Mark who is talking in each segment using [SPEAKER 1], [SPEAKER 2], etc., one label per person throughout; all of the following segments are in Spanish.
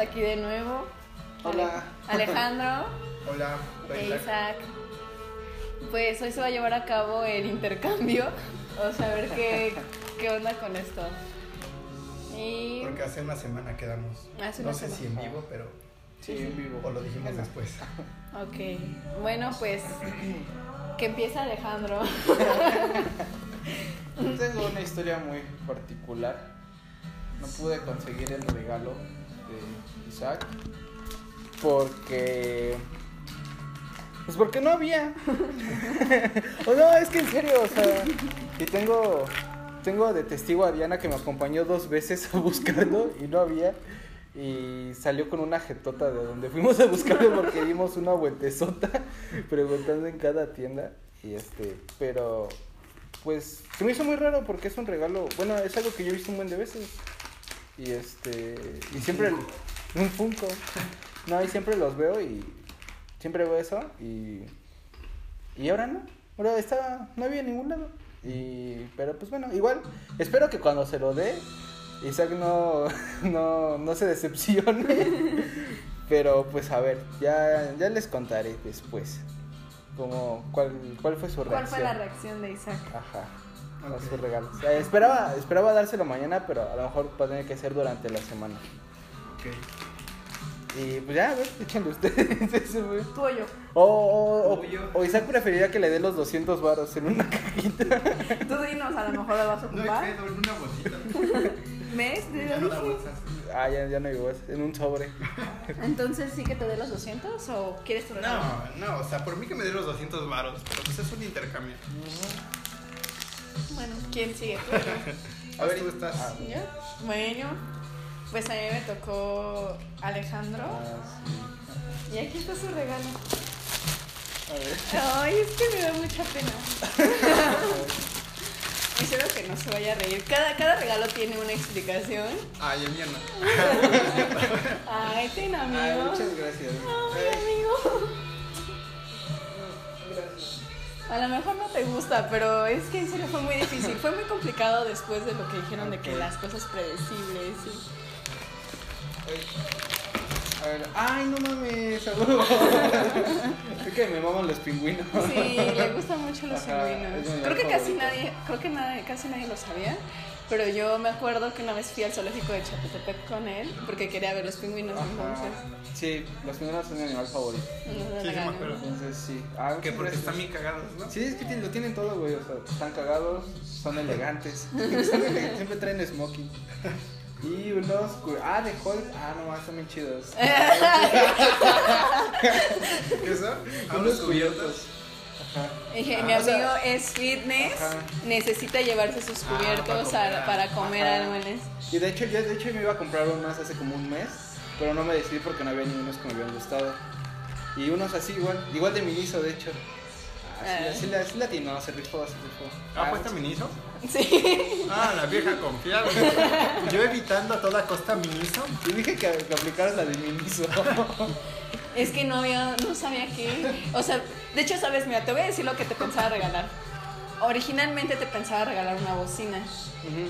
[SPEAKER 1] aquí de nuevo.
[SPEAKER 2] Hola.
[SPEAKER 1] Alejandro
[SPEAKER 2] Hola.
[SPEAKER 1] e
[SPEAKER 2] Isaac.
[SPEAKER 1] Isaac. Pues hoy se va a llevar a cabo el intercambio. O sea, a ver qué, qué onda con esto. Y
[SPEAKER 2] Porque hace una semana quedamos.
[SPEAKER 1] Hace
[SPEAKER 2] no
[SPEAKER 1] una
[SPEAKER 2] sé
[SPEAKER 1] semana.
[SPEAKER 2] si en vivo, pero.
[SPEAKER 3] Sí, en vivo.
[SPEAKER 2] O lo dijimos después.
[SPEAKER 1] Ok, bueno pues que empiece Alejandro.
[SPEAKER 3] Tengo una historia muy particular. No pude conseguir el regalo de Isaac porque. Pues porque no había. o no, es que en serio, o sea. Y tengo. Tengo de testigo a Diana que me acompañó dos veces a buscarlo y no había. Y salió con una jetota de donde fuimos a buscarlo porque dimos una vueltezota preguntando en cada tienda. Y este, pero pues se me hizo muy raro porque es un regalo. Bueno, es algo que yo he visto un buen de veces. Y este. Y siempre. Un Funko. No, y siempre los veo y. Siempre veo eso y. Y ahora no. Ahora estaba. No había en ningún lado. Y. Pero pues bueno, igual. Espero que cuando se lo dé. Isaac no. No, no se decepcione. Pero pues a ver. Ya, ya les contaré después. Como. ¿Cuál, cuál fue su
[SPEAKER 1] ¿Cuál
[SPEAKER 3] reacción?
[SPEAKER 1] fue la reacción de Isaac?
[SPEAKER 3] Ajá. A
[SPEAKER 2] Ok.
[SPEAKER 3] sus regalos. Eh, esperaba, esperaba dárselo mañana, pero a lo mejor va a tener que ser durante la semana.
[SPEAKER 2] Ok.
[SPEAKER 3] Y pues ya, a ver, échenle ustedes. Ese fue.
[SPEAKER 1] Tú o yo.
[SPEAKER 3] O, o, o-
[SPEAKER 2] Tuyo.
[SPEAKER 3] o Isaac preferiría que le dé los 200 varos en una cajita.
[SPEAKER 1] Tú dinos, a lo mejor la vas a
[SPEAKER 2] No hay
[SPEAKER 1] ocupar.
[SPEAKER 2] pedo, en una bolsita.
[SPEAKER 1] ¿Ves? Te
[SPEAKER 2] Ya
[SPEAKER 1] lo
[SPEAKER 2] no la
[SPEAKER 1] dije.
[SPEAKER 2] bolsas.
[SPEAKER 3] Ah, ya, ya no llegó, es en un sobre.
[SPEAKER 1] Entonces sí que te dé los 200 o quieres tu regalo?
[SPEAKER 2] No, no, o sea, por mí que me dé los 200 varos, pero pues es un intercambio.
[SPEAKER 1] Bueno, ¿quién sigue?
[SPEAKER 2] A ver, tú estás.
[SPEAKER 3] Ah,
[SPEAKER 1] ¿Yo? Bueno, pues a mí me tocó Alejandro.
[SPEAKER 3] Ah, sí.
[SPEAKER 1] Y aquí está su regalo.
[SPEAKER 3] A ver.
[SPEAKER 1] Ay, es que me da mucha pena. Espero que no se vaya a reír. Cada, cada regalo tiene una explicación.
[SPEAKER 2] Ay, Ah, el mío no.
[SPEAKER 1] Ay, ten amigo.
[SPEAKER 3] Ay, muchas gracias.
[SPEAKER 1] Ay, amigo. A lo mejor no te gusta, pero es que en serio fue muy difícil. Fue muy complicado después de lo que dijeron de que
[SPEAKER 3] Ok.
[SPEAKER 1] las cosas predecibles. y-
[SPEAKER 3] A ver. Ay, no mames. a huevo. es que me maman los pingüinos.
[SPEAKER 1] Sí, le gustan mucho los
[SPEAKER 3] Ajá,
[SPEAKER 1] pingüinos.
[SPEAKER 3] es mi
[SPEAKER 1] Creo que
[SPEAKER 3] animal
[SPEAKER 1] casi
[SPEAKER 3] favorito.
[SPEAKER 1] nadie, creo que nadie, casi nadie lo sabía. Pero yo me acuerdo que una vez fui al zoológico de Chapultepec con él porque quería ver los pingüinos.
[SPEAKER 3] Ajá.
[SPEAKER 1] Entonces,
[SPEAKER 3] Sí, los pingüinos son mi animal favorito.
[SPEAKER 1] nos lo
[SPEAKER 2] Sí, sí me
[SPEAKER 1] regaló.
[SPEAKER 2] acuerdo.
[SPEAKER 3] Entonces sí. Ah,
[SPEAKER 2] Que
[SPEAKER 3] muchas
[SPEAKER 2] porque
[SPEAKER 3] gracias.
[SPEAKER 2] están bien cagados, ¿no?
[SPEAKER 3] Sí, es que tienen- lo tienen todo, güey. O sea, están cagados, son elegantes. Son elegantes, Siempre traen smoking. Y unos. cu- Ah, de Hulk. Ah, no, están bien chidos.
[SPEAKER 1] Ah,
[SPEAKER 2] ¿Qué son? A
[SPEAKER 3] unos
[SPEAKER 2] unos cubiertos.
[SPEAKER 3] Ajá.
[SPEAKER 1] Dije,
[SPEAKER 3] Ah,
[SPEAKER 1] mi
[SPEAKER 3] o sea,
[SPEAKER 1] amigo es fitness,
[SPEAKER 3] Ajá.
[SPEAKER 1] necesita llevarse sus
[SPEAKER 2] Ah,
[SPEAKER 1] cubiertos
[SPEAKER 2] para
[SPEAKER 1] a-
[SPEAKER 2] comer.
[SPEAKER 1] para comer,
[SPEAKER 3] Ajá.
[SPEAKER 1] árboles.
[SPEAKER 3] Y de hecho, yo de hecho me iba a comprar uno más hace como un mes. Pero no me decidí porque no había ningunos que me habían gustado. Y unos así igual. Igual de Miniso, de hecho.
[SPEAKER 1] Ah.
[SPEAKER 3] Así, así, así latino, se rifó, se rifó.
[SPEAKER 2] Ah, pues Miniso.
[SPEAKER 1] Sí.
[SPEAKER 2] Ah, la vieja confiable. Yo evitando a toda costa Miniso.
[SPEAKER 3] Y dije que, que aplicaras la de Miniso.
[SPEAKER 1] Es que no había, no sabía qué. O sea, de hecho, sabes, mira, te voy a decir lo que te pensaba regalar. Originalmente te pensaba regalar una bocina,
[SPEAKER 3] Ujú,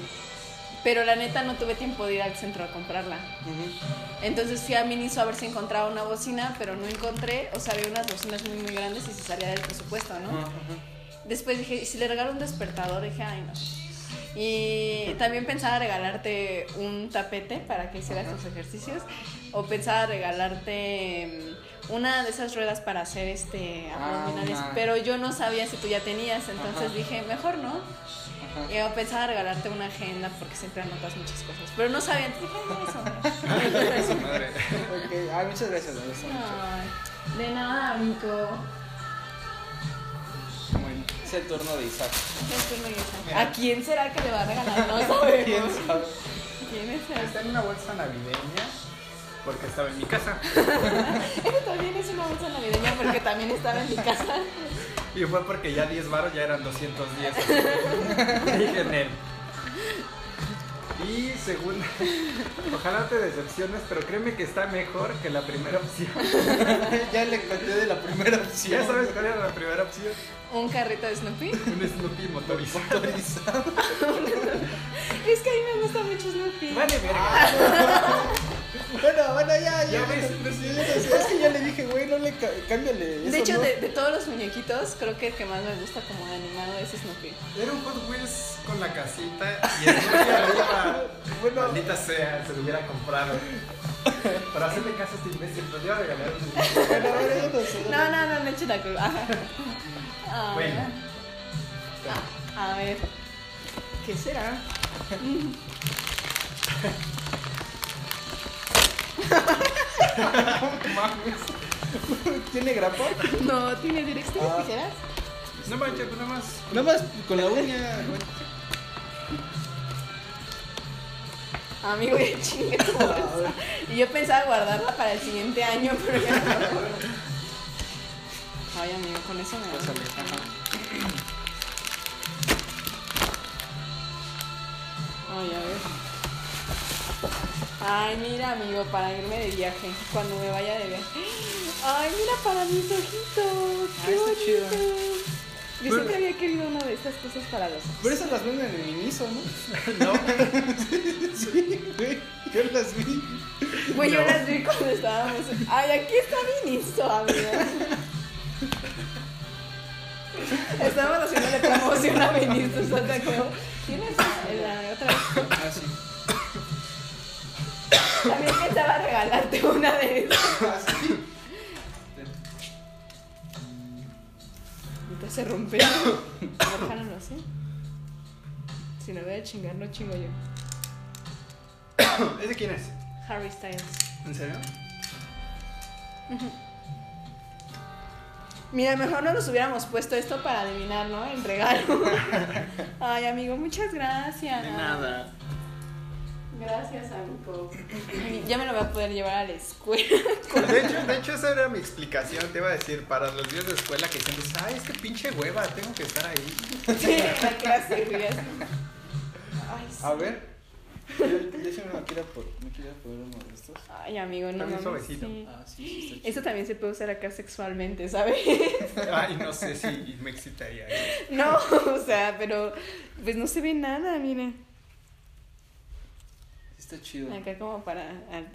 [SPEAKER 1] pero la neta no tuve tiempo de ir al centro a comprarla.
[SPEAKER 3] ujú.
[SPEAKER 1] Entonces fui a Miniso a ver si encontraba una bocina, pero no encontré. O sea, había unas bocinas muy, muy grandes y se salía del presupuesto, ¿no?
[SPEAKER 3] Ajá, ajá.
[SPEAKER 1] Después dije, ¿y si le regalo un despertador? Dije, ay no. Y también pensaba regalarte un tapete para que hicieras tus ejercicios. O pensaba regalarte mm, una de esas ruedas para hacer este
[SPEAKER 3] Ah,
[SPEAKER 1] abdominales.
[SPEAKER 3] una.
[SPEAKER 1] Pero yo no sabía si tú ya tenías, entonces
[SPEAKER 3] Ajá.
[SPEAKER 1] dije, mejor no.
[SPEAKER 3] Ajá.
[SPEAKER 1] Y yo pensaba regalarte una agenda porque siempre anotas muchas cosas. Pero no sabía, entonces dije, ay, eso. no".
[SPEAKER 2] Su madre.
[SPEAKER 3] Ok, ah, muchas gracias, me gusta mucho.
[SPEAKER 1] Ay, de nada, amigo.
[SPEAKER 3] Bueno, es el turno de Isaac.
[SPEAKER 1] Es turno de Isaac.
[SPEAKER 2] Mira.
[SPEAKER 1] ¿A quién será que le va a regalar? No sabemos.
[SPEAKER 3] ¿Quién sabe?
[SPEAKER 1] ¿Quién es el
[SPEAKER 2] Está en una bolsa navideña porque estaba en mi casa.
[SPEAKER 1] También es una bolsa navideña porque también estaba en mi casa.
[SPEAKER 2] Y fue porque ya 10 varos ya eran 210. así que Dije en él. Y segunda, ojalá te decepciones, pero créeme que está mejor que la primera opción.
[SPEAKER 3] ya le conté de la primera opción.
[SPEAKER 2] Ya sabes cuál era la primera opción.
[SPEAKER 1] Un carrito de Snoopy.
[SPEAKER 2] Un Snoopy motorizado.
[SPEAKER 3] Autorizado.
[SPEAKER 1] Es que a mí me gusta mucho Snoopy.
[SPEAKER 2] Vale, verga.
[SPEAKER 3] Bueno, bueno, ya, ya.
[SPEAKER 2] Ya ves,
[SPEAKER 3] bueno, sí, es que ya le dije, güey, no le ca- cámbiale. eso
[SPEAKER 1] De hecho,
[SPEAKER 3] no.
[SPEAKER 1] de, de todos los muñequitos, creo que el que más me gusta como de animado es Snoopy.
[SPEAKER 2] Era un Hot Wheels con la casita y el Snoopy arriba.
[SPEAKER 3] Bueno.
[SPEAKER 2] Maldita sea, se lo hubiera comprado. Para hacerle caso a este imbécil, te voy a regalar un Snoopy.
[SPEAKER 3] Bueno, bueno, yo no sé.
[SPEAKER 1] No, no, no, no eche la culpa. Ajá. Ah,
[SPEAKER 2] Bueno.
[SPEAKER 1] A ver. ¿Qué será?
[SPEAKER 3] ¿Tiene grapa?
[SPEAKER 1] No, tiene directo
[SPEAKER 3] Ah.
[SPEAKER 1] tijeras.
[SPEAKER 2] No manches, pues nada más.
[SPEAKER 3] Nada más con la uña, güey.
[SPEAKER 1] Amigo, ya chingue tu
[SPEAKER 3] A ver.
[SPEAKER 1] bolsa. Y yo pensaba guardarla para el siguiente año, pero ya no. Ay, amigo, con eso me
[SPEAKER 3] Pásale,
[SPEAKER 1] Ay, a ver. Ay, mira, amigo, para irme de viaje. Cuando me vaya de viaje. Ay, mira para mis ojitos.
[SPEAKER 3] Ah,
[SPEAKER 1] Qué
[SPEAKER 3] está
[SPEAKER 1] bonito.
[SPEAKER 3] chido.
[SPEAKER 1] Yo
[SPEAKER 3] Pero-
[SPEAKER 1] siempre había querido una de estas cosas para los ojos.
[SPEAKER 3] Pero esas las venden en el Miniso, ¿no?
[SPEAKER 2] No,
[SPEAKER 3] Sí, güey. Yo las vi.
[SPEAKER 1] Güey, yo las vi cuando estábamos. Ay, aquí está Viniso, amigo. Estábamos haciéndole promoción a Viniso, o sea, como, ¿Tienes la otra vez?
[SPEAKER 3] Ah, sí.
[SPEAKER 1] También pensaba regalarte una de esas.
[SPEAKER 3] Ah,
[SPEAKER 1] Entonces se rompe. Déjalo así. Si no voy a chingar, no chingo yo.
[SPEAKER 2] ¿Ese quién es?
[SPEAKER 1] Harry Styles.
[SPEAKER 2] ¿En serio?
[SPEAKER 1] Mira, mejor no nos hubiéramos puesto esto para adivinar, ¿no? El regalo. Ay, amigo, muchas gracias. Gracias, amigo. Ya me lo voy a poder llevar a la escuela.
[SPEAKER 2] De hecho, de hecho, esa era mi explicación. Te iba a decir, para los días de escuela que siempre dices, ay, es que pinche hueva, tengo que estar ahí.
[SPEAKER 1] Sí, en la clase, güey, así. Ay, sí.
[SPEAKER 3] A ver. Yo, yo sí me la quiero por, me quiero poner uno de estos.
[SPEAKER 1] Ay, amigo, no
[SPEAKER 2] También
[SPEAKER 1] mames,
[SPEAKER 2] suavecito.
[SPEAKER 1] sí.
[SPEAKER 3] Ah, sí, sí, está
[SPEAKER 1] Eso también se puede usar acá sexualmente, ¿sabes?
[SPEAKER 2] Ay, no sé si me excitaría.
[SPEAKER 1] No, o sea, pero pues no se ve nada, mira.
[SPEAKER 3] chido. Está chido.
[SPEAKER 1] Acá como para... al-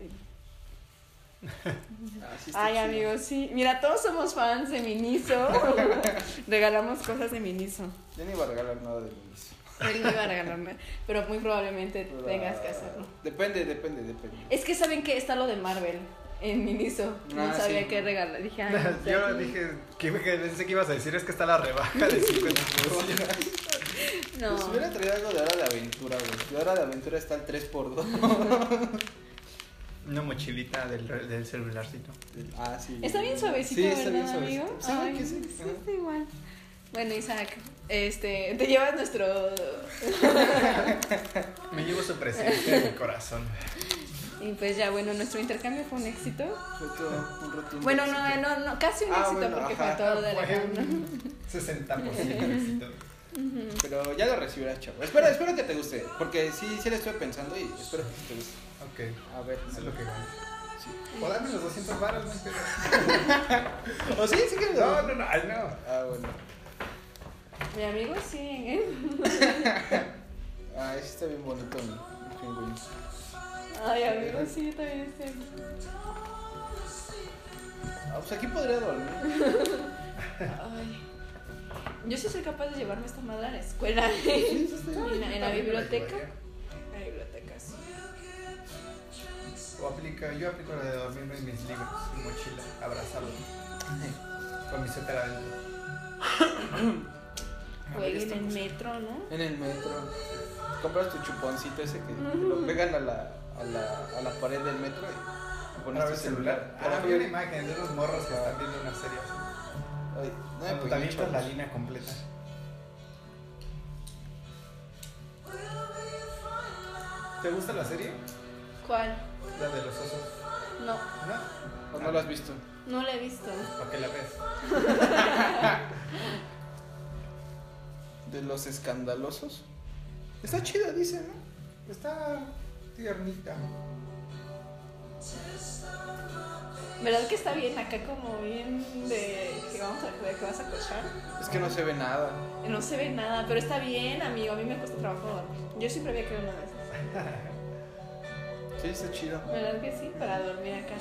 [SPEAKER 3] Ah, sí está
[SPEAKER 1] Ay,
[SPEAKER 3] chido.
[SPEAKER 1] amigos, sí. Mira, todos somos fans de Miniso. Regalamos cosas de Miniso.
[SPEAKER 3] Yo no iba a regalar nada de Miniso.
[SPEAKER 1] Él no iba a regalarme, pero muy probablemente tengas que hacerlo.
[SPEAKER 3] Depende, depende, depende.
[SPEAKER 1] Es que saben que está lo de Marvel en Miniso. No
[SPEAKER 3] Ah,
[SPEAKER 1] sabía
[SPEAKER 3] sí.
[SPEAKER 1] qué regalar. Dije, ay, no sé.
[SPEAKER 2] Yo dije, que que pensé que ibas a decir? Es que está la rebaja de 50%.
[SPEAKER 1] No.
[SPEAKER 3] Pues hubiera traído algo de hora de aventura, güey. De hora de aventura está el 3x2.
[SPEAKER 2] Una mochilita del, re- del celularcito.
[SPEAKER 3] ah, sí.
[SPEAKER 1] Está bien suavecito,
[SPEAKER 3] Sí,
[SPEAKER 1] ¿verdad,
[SPEAKER 3] está bien
[SPEAKER 1] amigo?
[SPEAKER 3] suavecito. Sí,
[SPEAKER 1] Ay,
[SPEAKER 3] que sí.
[SPEAKER 1] sí, está igual. Bueno, Isaac, este, te llevas nuestro
[SPEAKER 2] Me llevo su presente en mi corazón.
[SPEAKER 1] y pues ya bueno, nuestro intercambio fue un éxito.
[SPEAKER 3] Fue todo un rotundo
[SPEAKER 1] Bueno,
[SPEAKER 3] éxito.
[SPEAKER 1] no, no, no, casi un
[SPEAKER 3] Ah,
[SPEAKER 1] éxito
[SPEAKER 3] bueno,
[SPEAKER 1] porque
[SPEAKER 3] ajá.
[SPEAKER 1] fue todo de
[SPEAKER 2] Fue
[SPEAKER 1] regalo. ¿no?
[SPEAKER 2] un 60% éxito.
[SPEAKER 3] Pero ya lo recibirás, chavo. Espera, espero que te guste. Porque sí, sí le estoy pensando y espero que sí te guste.
[SPEAKER 2] Ok,
[SPEAKER 3] A ver,
[SPEAKER 2] eso es lo que gano.
[SPEAKER 3] Sí.
[SPEAKER 2] O dame los 200 baros, no hay pedo.
[SPEAKER 3] O sí, sí que
[SPEAKER 2] No, no, no, ay, no.
[SPEAKER 3] Ah, bueno.
[SPEAKER 1] Mi amigo sí, ¿eh?
[SPEAKER 3] Ah, ese está bien bonito, mi mi pingüino.
[SPEAKER 1] Ay, amigo sí, yo también sé.
[SPEAKER 3] Ah, pues aquí podría dormir.
[SPEAKER 1] Ay. Yo sí soy capaz de llevarme esta madre a la escuela.
[SPEAKER 3] Sí, sí, está bien.
[SPEAKER 1] En la, en la
[SPEAKER 2] También me lo
[SPEAKER 1] biblioteca.
[SPEAKER 2] llevaría.
[SPEAKER 1] En la biblioteca, sí.
[SPEAKER 2] O aplica, yo aplico la de dormirme en mis libros, mi mochila, abrazado. Con mi suéter adentro.
[SPEAKER 1] Juegue en el metro, ¿no?
[SPEAKER 3] En el metro. Compras tu chuponcito ese que lo pegan a la, a la, a la pared del metro y pones
[SPEAKER 2] Para
[SPEAKER 3] tu
[SPEAKER 2] el
[SPEAKER 3] este celular. Ah,
[SPEAKER 2] celular. Ah, vi una imagen de unos morros que están viendo una serie así.
[SPEAKER 3] Ay, no me
[SPEAKER 2] Cuando te
[SPEAKER 3] pegué,
[SPEAKER 2] avientas
[SPEAKER 3] chavos.
[SPEAKER 2] la línea completa. ¿Te gusta la serie?
[SPEAKER 1] ¿Cuál?
[SPEAKER 2] La de los osos.
[SPEAKER 1] No,
[SPEAKER 2] ¿No?
[SPEAKER 3] ¿O no lo has visto?
[SPEAKER 1] no la he visto.
[SPEAKER 2] ¿Para qué la ves?
[SPEAKER 3] De los escandalosos. Está chida, dice, ¿no?
[SPEAKER 2] Está tiernita.
[SPEAKER 1] ¿Verdad que está bien acá como bien de que vamos a de que vas a cochar?
[SPEAKER 3] Es que no se ve nada.
[SPEAKER 1] No se ve nada, pero está bien, amigo. A mí me cuesta trabajo dormir. Yo siempre había querido una de esas.
[SPEAKER 3] Sí, está chido.
[SPEAKER 1] ¿Verdad que sí? Para dormir acá.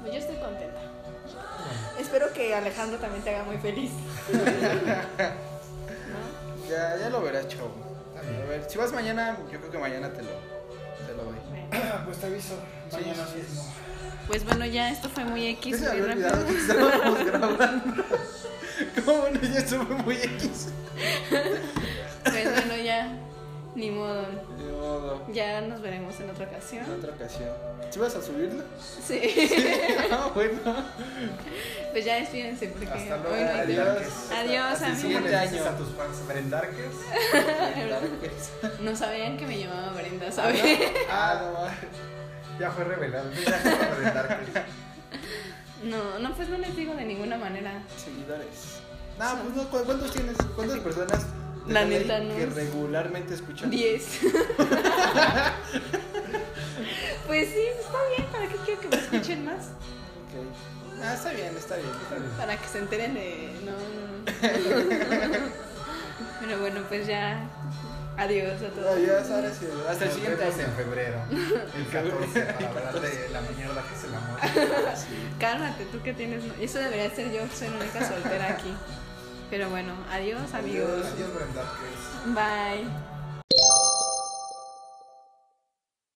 [SPEAKER 1] Pues yo estoy contenta. Espero que Alejandro también te haga muy feliz. ¿No?
[SPEAKER 3] Ya, ya lo verás, chavo. A ver, si vas mañana, yo creo que mañana te lo, te lo doy.
[SPEAKER 1] Bueno.
[SPEAKER 2] Pues te aviso.
[SPEAKER 3] Sí,
[SPEAKER 2] Mañana
[SPEAKER 3] sí.
[SPEAKER 2] mismo.
[SPEAKER 1] Pues bueno, ya esto fue muy X.
[SPEAKER 3] Ya se me
[SPEAKER 1] muy
[SPEAKER 3] había
[SPEAKER 1] rápido.
[SPEAKER 3] olvidado que estábamos grabando. ¿Cómo no? Ya estuve muy X.
[SPEAKER 1] Pues bueno, ya. Ni modo.
[SPEAKER 3] De modo.
[SPEAKER 1] Ya nos veremos en otra
[SPEAKER 3] En
[SPEAKER 1] ocasión.
[SPEAKER 3] otra ocasión. ¿Sí vas a subirlo?
[SPEAKER 1] Sí.
[SPEAKER 3] Ah, bueno.
[SPEAKER 1] Pues ya despídense porque
[SPEAKER 2] Hasta luego.
[SPEAKER 1] hoy no hay
[SPEAKER 3] adiós.
[SPEAKER 2] Darkers.
[SPEAKER 1] Adiós,
[SPEAKER 2] Así
[SPEAKER 3] amigos.
[SPEAKER 2] le dices a tus fans. Brendarkers.
[SPEAKER 1] tiempo. No sabían que me llamaba Brenda, ¿sabes?
[SPEAKER 3] Ah, no va.
[SPEAKER 2] Ya fue revelado. Ya fue Brendarkers.
[SPEAKER 1] No, no, pues no les digo de ninguna manera.
[SPEAKER 3] Seguidores. No, pues no, ¿cu- ¿cuántos tienes? ¿Cuántas personas? de
[SPEAKER 1] La
[SPEAKER 3] ley
[SPEAKER 1] neta, no.
[SPEAKER 3] Que regularmente escuchan.
[SPEAKER 1] 10. pues sí, está bien. ¿Para qué quiero que me escuchen más?
[SPEAKER 3] Ok. Ah, está bien, está bien. Está bien.
[SPEAKER 1] Para que se enteren de. No, no, no. Pero bueno, pues ya. Adiós a todos.
[SPEAKER 3] Adiós, ahora sí. Hasta el
[SPEAKER 2] Nos
[SPEAKER 3] siguiente
[SPEAKER 2] vemos
[SPEAKER 3] año.
[SPEAKER 2] en febrero. El 14. Para hablar de la mierda que es el amor.
[SPEAKER 1] Cálmate, tú que tienes. Eso debería ser yo, soy la única soltera aquí. Pero bueno, adiós, amigos.
[SPEAKER 2] Adiós, Brendarkers.
[SPEAKER 1] Bye.